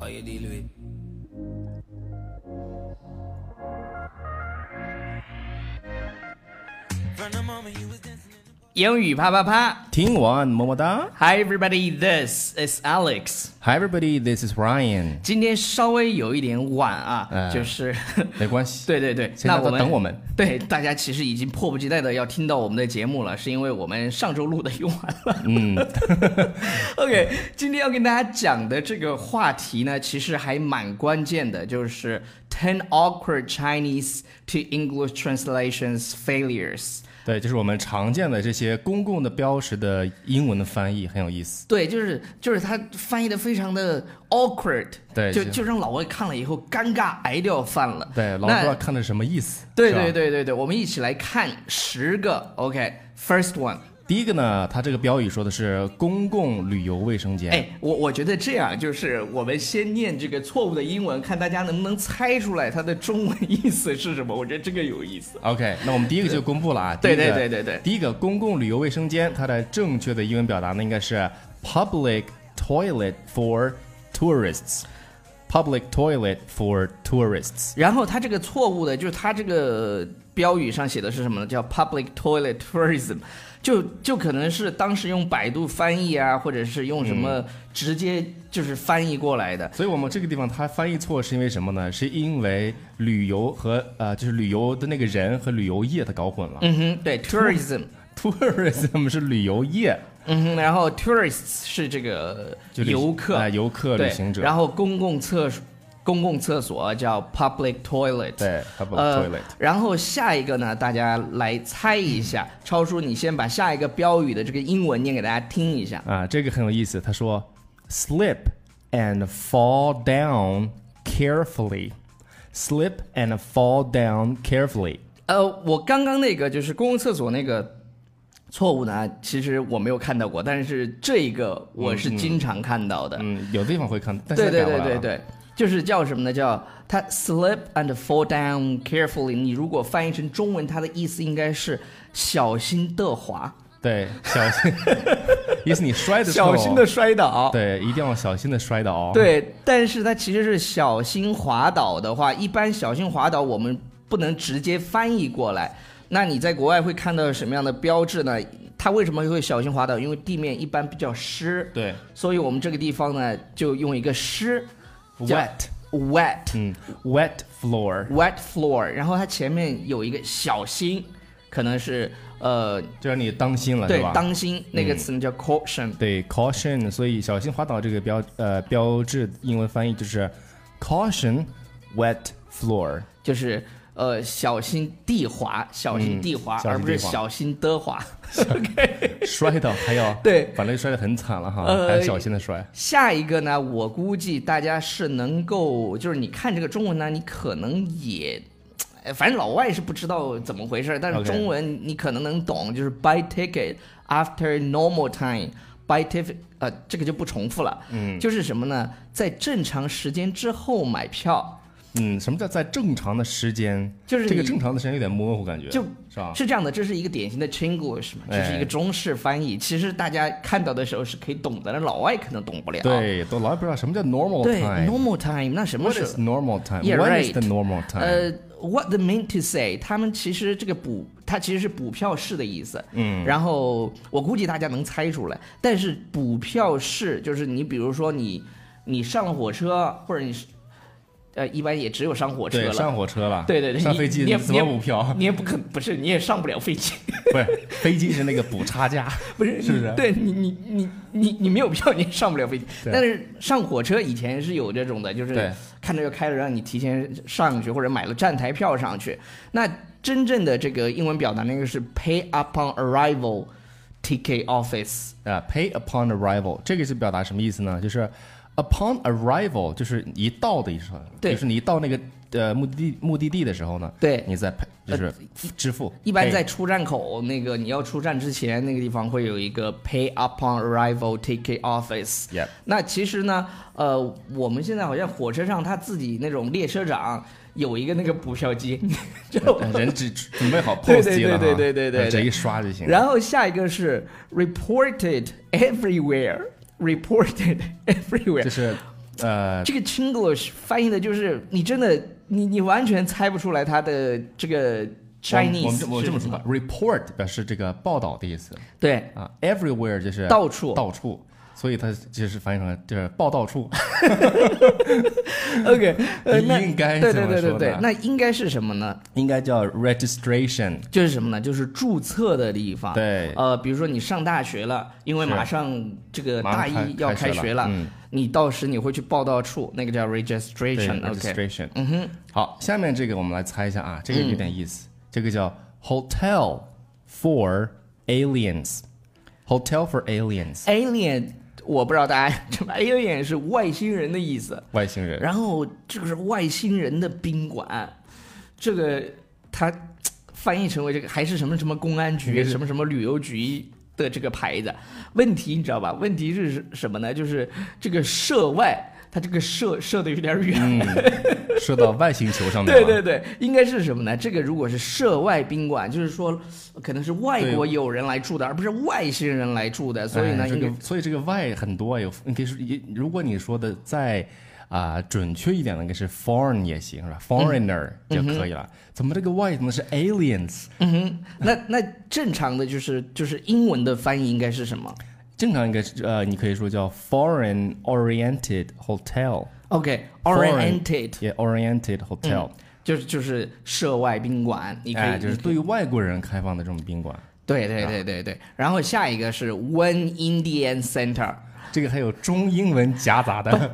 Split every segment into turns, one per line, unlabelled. How you deal with? From the moment you was dancing.
英语啪啪啪
听完么么哒
！Hi everybody, this is Alex。
，Hi everybody, this is Ryan。
今天稍微有一点晚啊，
嗯
就是
没关 系，
对对对，
现
那我
在在
们
等我们。
对大家其实已经迫不及待的要听到我们的节目了，是因为我们上周录的用完了。嗯 ，OK，今天要跟大家讲的这个话题呢，其实还蛮关键的，就是 Ten Awkward Chinese to English Translations Failures。
对，就是我们常见的这些公共的标识的英文的翻译，很有意思。
对，就是就是他翻译的非常的 awkward，
对
就是就让老外看了以后尴尬癌掉饭了。
对，老
那
不知道看的是什么意思。
对
是吧
对。对对对，我们一起来看十个。OK，first、one，
第一个呢，它这个标语说的是公共旅游卫生间。
哎，我我觉得这样就是我们先念这个错误的英文，看大家能不能猜出来它的中文意思是什么。我觉得这个有意思。
OK，那我们第一个就公布了啊。
对
第一个
对对对对
第一个公共旅游卫生间，它的正确的英文表达呢应该是 public toilet for tourists。public toilet for tourists。
然后它这个错误的就是它这个标语上写的是什么呢？叫 public toilet tourism，就就可能是当时用百度翻译啊，或者是用什
嗯
么直接就是翻译过来的。
所以我们这个地方它翻译错是因为什么呢？是因为旅游和呃，就是旅游的那个人和旅游业它搞混了。
嗯哼，对，tourism，
Tourism 是旅游业，
嗯哼，然后 tourists 是这个
就旅
游客，
哎游客、
对
旅行者。
然后公共厕所公共厕所叫 public toilet，
对，public
呃
toilet。
然后下一个呢，大家来猜一下，超叔，你先把下一个标语的这个英文念给大家听一下。
啊，这个很有意思。他说，slip and fall down carefully。Slip and fall down carefully。
呃，我刚刚那个就是公共厕所那个错误呢，其实我没有看到过，但是这个我是经常看到的。
嗯，有的地方会看，但
对
是
对
改
对
过来
对
了
对，就是叫什么呢？叫它 slip and fall down carefully。你如果翻译成中文，它的意思应该是小心的滑，
对，小心， 意思你摔的时
小
候
心的，摔倒。
对，一定要小心的摔倒。，
对，但是它其实是小心滑倒的话，一般小心滑倒我们不能直接翻译过来。那你在国外会看到什么样的标志呢？它为什么会小心滑倒？因为地面一般比较湿，
对
所以我们这个地方呢就用一个湿叫
，wet，
wet
嗯，wet floor，
wet floor，然后它前面有一个小心，可能是呃
就让你当心了，
对嗯
是吧？
当心那个词呢叫 caution，
对 caution，所以小心滑倒这个标呃标志英文翻译就是 caution wet floor。
就是呃小心地滑，小心地滑，
小心
而不是
地滑
嗯小心的滑。
摔倒还要
对
反正摔得很惨了哈，
呃
还要小心的摔。
下一个呢，我估计大家是能够，就是你看这个中文呢，你可能也，呃反正老外是不知道怎么回事，但是
OK
中文你可能能懂，就是 buy ticket after normal time。buy ticket，呃，这个就不重复了。嗯，就是什么呢？在正常时间之后买票，
嗯，什么叫在正常的时间？
就是
这个
你
正常的时间有点模糊，感觉
就是
吧？
是这样的，这是一个典型的 Chinglish 嘛，这是一
哎
个中式翻译。其实大家看到的时候是可以懂的，但老外可能懂不了。
对，都老也不知道什么叫 normal
啊对
time。
，normal time，那什么
What
是
is normal time?
Yeah,
What is the
right.
normal time?
呃，what they mean to say，他们其实这个补，它其实是补票式的意思。嗯，然后我估计大家能猜出来，但是补票式就是你比如说你你上了火车，或者你是呃一般也只有上火车
对，
了。
上火车了，
对对对，
上
你
飞机
你也
怎
你
么
也
补 票？
你也不可不是，你也上不了飞机，
不是，飞机是那个补差价，
不是
是不是
对你你你你你没有票，你也上不了飞机。
对
但是上火车以前是有这种的，就是
对
看着就开了，让你提前上去或者买了站台票上去。那真正的这个英文表达那个是 pay upon arrival ticket office。
啊，pay upon arrival，这个是表达什么意思呢？就是 upon arrival，就是一到的意思，
对
就是你一到那个呃目的地目的地的时候呢，
对呃
你再 pay 就是支付，
一般
pay
在出站口那个你要出站之前那个地方会有一个 pay upon arrival ticket office。
Yep
那其实呢，呃，我们现在好像火车上他自己那种列车长有一个那个补票机， 知道吗？
呃人只准备好
对
POS 机了哈，
对对对对对对
直接一刷就行。
然后下一个是 reported everywhere，reported
就
everywhere，
是呃，
这个 Chinglish 翻译的就是你真的你你完全猜不出来它的这个
我
Chinese
我们这我这么
是什么
说吧，report 表示这个报道的意思
对，
啊，everywhere 就是
到处
到处，所以它就是翻译成了就是报道处。
OK，呃，那
应该
对
怎
对
么
对对
说
对
呢，
那应该是什么呢？
应该叫 registration。
就是什么呢？就是注册的地方。
对
呃，比如说你上大学了，因为
是
马上这个
马上
大一
开
要开
开学
学
了
了，
嗯
你到时你会去报到处，那个叫 registration。OK，
registration。嗯哼。好，下面这个我们来猜一下啊，这个有点意
嗯
思，这个叫 hotel for aliens。hotel for aliens，
哎 alien，我不知道大家什么 alien 是外星人的意思，
外星人。
然后这个是外星人的宾馆，这个它翻译成为这个还是什么什么公安局、什么什么旅游局的这个牌子。问题你知道吧？问题是什么呢？就是这个涉外。它这个涉涉的有点
嗯
远，
说到外星球上面啊哎了。
对对对，应该是什么呢？这个如果是涉外宾馆，就是说可能是外国
对
友人来住的，而不是外星人来住的，所以呢，
哎这
应该
个所以这个 y 很多啊，有你可以说，也如果你说的再啊、准确一点的，应该是 foreign 也行
嗯
是吧？foreigner、就可以了。怎么这个 y 怎么是 aliens？、
那那正常的就是就是英文的翻译应该是什么
正常应该是呃，你可以说叫 foreign oriented hotel，Foreign
？OK，oriented、
也 oriented hotel，、
就是就是涉外宾馆，你啊可以、
哎，就是对于外国人开放的这种宾馆。
对对对对对。然后下一个是 One Indian Center，
这个还有中英文夹杂的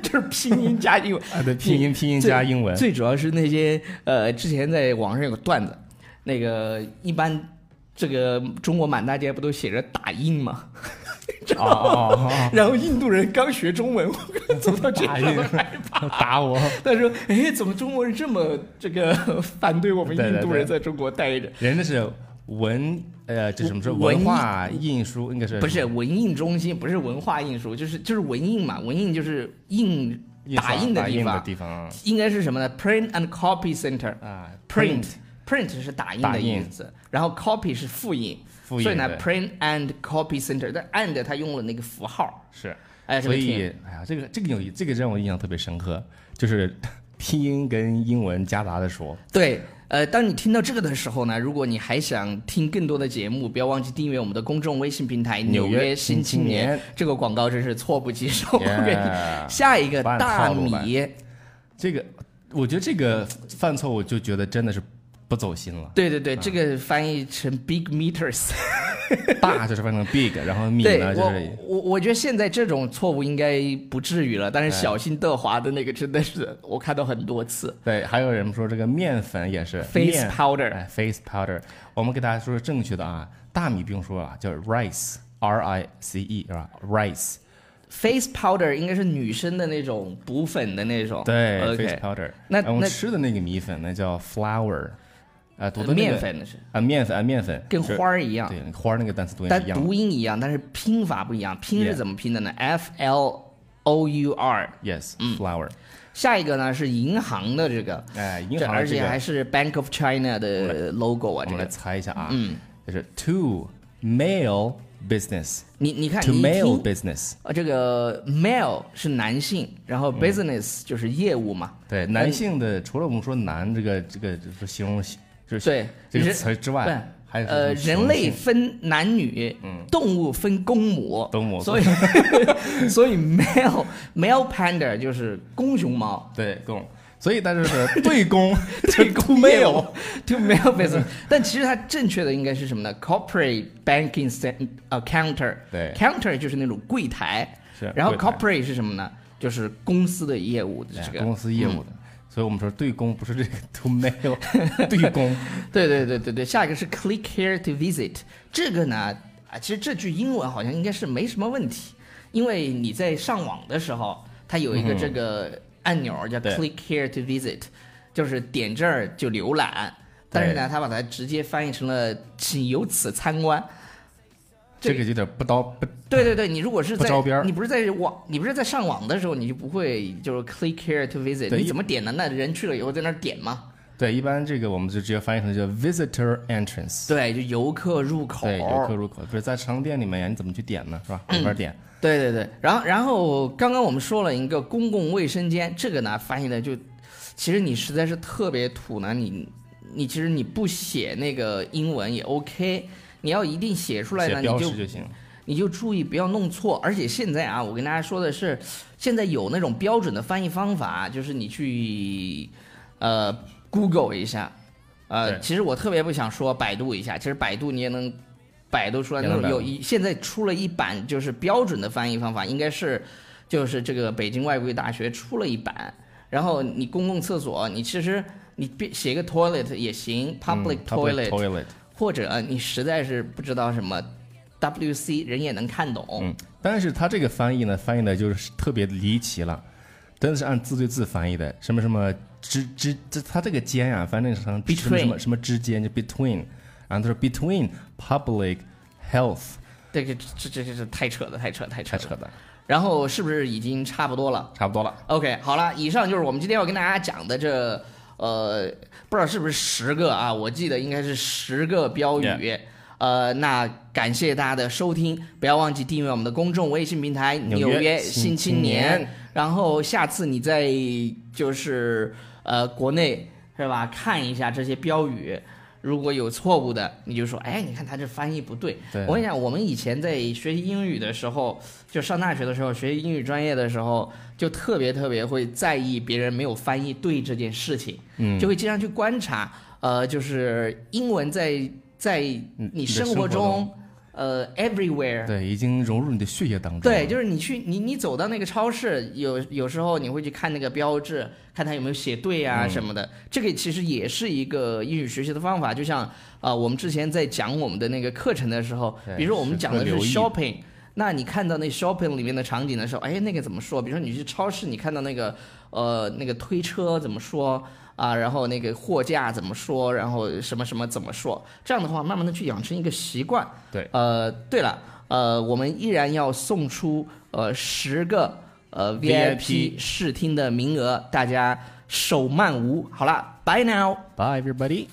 就是拼音加英文。
啊，对， 拼音拼音加英文，
最主要是那些呃，之前在网上有个段子，那个一般这个中国满大街不都写着打印 吗？
哦哦哦，
然后印度人刚学中文，我走到这
打
上
印
面来
哦 打我，
他说：“哎，怎么中国人这么这个反对我们
对对
印度人
对
在中国待着？
人家是文呃，这什么是
文
文化印书，应该是
不是文印中心，不是文化印书，就是就是文印嘛，文印就是印
印刷
打印的
打
地
印的
方，
地方
应该是什么呢？Print and Copy Center。
啊
Print print 是打印
打
的
印
意思，然后 copy 是复印，
复印
所以呢
对
，print and copy center，但 and 它用了那个符号，
是，
哎，这
所
个
以
挺
哎呀，这个这个有这个让我印象特别深刻，就是 拼音跟英文夹杂 的说，
对。呃，当你听到这个的时候呢，如果你还想听更多的节目，不要忘记订阅我们的公众微信平台《纽
纽约
约新
新青
青年》
年
这个广告真是错不及手。
Yeah，
下一个
犯
大
套路了
米，
这个我觉得这个犯错我就觉得真的是不走心了，
对对对，这个翻译成 big meters。
大就 是翻成 big，然后米
对
呢就
我
是
我我觉得现在这种错误应该不至于了，但
哎
是小心德华的那个真的是我看到很多次。
对，还有人说这个面粉也是
Face
面
powder
哎，face powder。我们给大家说说正确的啊，大米不用说了，叫 rice，r i c e 是吧？rice，
Face powder 应该是女生的那种补粉的那种，
对，face
，OK，
powder。
那
哎我们
那
吃的那个米粉呢叫 flour，啊，读的那个
面粉那是
啊，面粉啊，面粉
跟
是
花儿一样，
对跟花儿那个单词读音
但
是一样的。
读音一样，但是拼法不一样。拼
Yeah
是怎么拼的呢？F L O U R。嗯
Yes，flour。
下一个呢是银行的这个，
哎，银
这
行的
而
这
且还
个，
是 Bank of China 的 logo 啊，
我
这
们来
个嗯
猜一下啊，就是 to mail business。
你你看哎
To
你一
mail
听
business，
呃，这个 male 是男性，然后
嗯
business 就是业务嘛。
对男性的，除了我们说男这个这个就是形容形，就是
对
这个
人
词之
不
外，还有什么
呃，
雄
人类
性
分男女，动物分公母，
公母
所以所以 male male panda 就是公熊猫。
对公，所以但是是对公
对
公
male
mail
to male business，但其实它正确的应该是什么呢？corporate banking cen- 呃 counter，
对
，counter 就是那种柜台，
是
然后
柜台哎
corporate 是什么呢？就是公司的业务的这个
公司业务的，所以我们说对公不是这个 to mail 对公，
对对对对对，下一个是 click here to visit，这个呢，啊，其实这句英文好像应该是没什么问题，因为你在上网的时候，它有一个这个按钮叫
嗯对
click here to visit，就是点这儿就浏览，但是呢，它把它直接翻译成了请由此参观。
这个有点不刀不
对对对，你如果是
不
在
招边儿
你不是在网，你不是在上网的时候，你就不会就是 click here to visit，
对
你怎么点呢？那人去了以后在那儿点吗？
对，一般这个我们就直接翻译成叫 visitor entrance，
对，就游客入口。
对，游客入口。不是在商店里面呀，你怎么去点呢？是吧？没法点。
对对对，然后然后刚刚我们说了一个公共卫生间，这个呢翻译的就，其实你实在是特别土呢，你你其实你不写那个英文也 OK，你要一定写出来呢，
写
你
标
就
识就行。
你就注意不要弄错。而且现在啊，我跟大家说的是，现在有那种标准的翻译方法，就是你去呃 Google 一下，呃，
对
其实我特别不想说百度一下，其实百度你也能百度出来
也
那
能
种
百
有
度
一现在出了一版就是标准的翻译方法，应该是就是这个北京外国语大学出了一版，然后你公共厕所你其实。你别写个 toilet 也行，public
嗯
toilet，、
toilet。
或者你实在是不知道什么 WC，人也能看懂。
嗯，但是它这个翻译呢，翻译的就是特别离奇了，真的是按字对字翻译的，什么什么之之，这它这个间啊，翻译成什么
Between
什么什么之间，就 between，然后他说 between public health，
这个这这这这太扯了，太扯了，太扯
太
了。
扯的，
然后是不是已经差不多了
差不多了。
？OK，好了，以上就是我们今天要跟大家讲的这呃，不知道是不是十个啊？我记得应该是十个标语。
Yeah
呃，那感谢大家的收听，不要忘记订阅我们的公众微信平台《
纽
纽
约
约
新
新
青
青年》
年
然后下次你在就是呃国内是吧，看一下这些标语，如果有错误的，你就说，哎，你看他这翻译不对。
对
我跟你讲，我们以前在学习英语的时候，就上大学的时候学习英语专业的时候，就特别特别会在意别人没有翻译对这件事情，嗯，就会经常去观察，呃，就是英文在在你
嗯你的
生
生
活
活
中
中，
呃，everywhere，
对，已经融入你的血液当中。
对，，就是你去你你走到那个超市，有有时候你会去看那个标志，看它有没有写对啊
嗯
什么的。这个其实也是一个英语学习的方法，就像啊、呃我们之前在讲我们的那个课程的时候，
对
比如说我们讲的
时
是
刻留意
shopping。那你看到那 shopping 里面的场景的时候，哎，那个怎么说？比如说你去超市，你看到那个呃那个推车怎么说啊？然后那个货架怎么说？然后什么什么怎么说？这样的话，慢慢的去养成一个习惯。
对，
呃，对了，呃，我们依然要送出呃十个呃
VIP
VIP 试听的名额，大家手慢无。好了，Bye now。
bye everybody。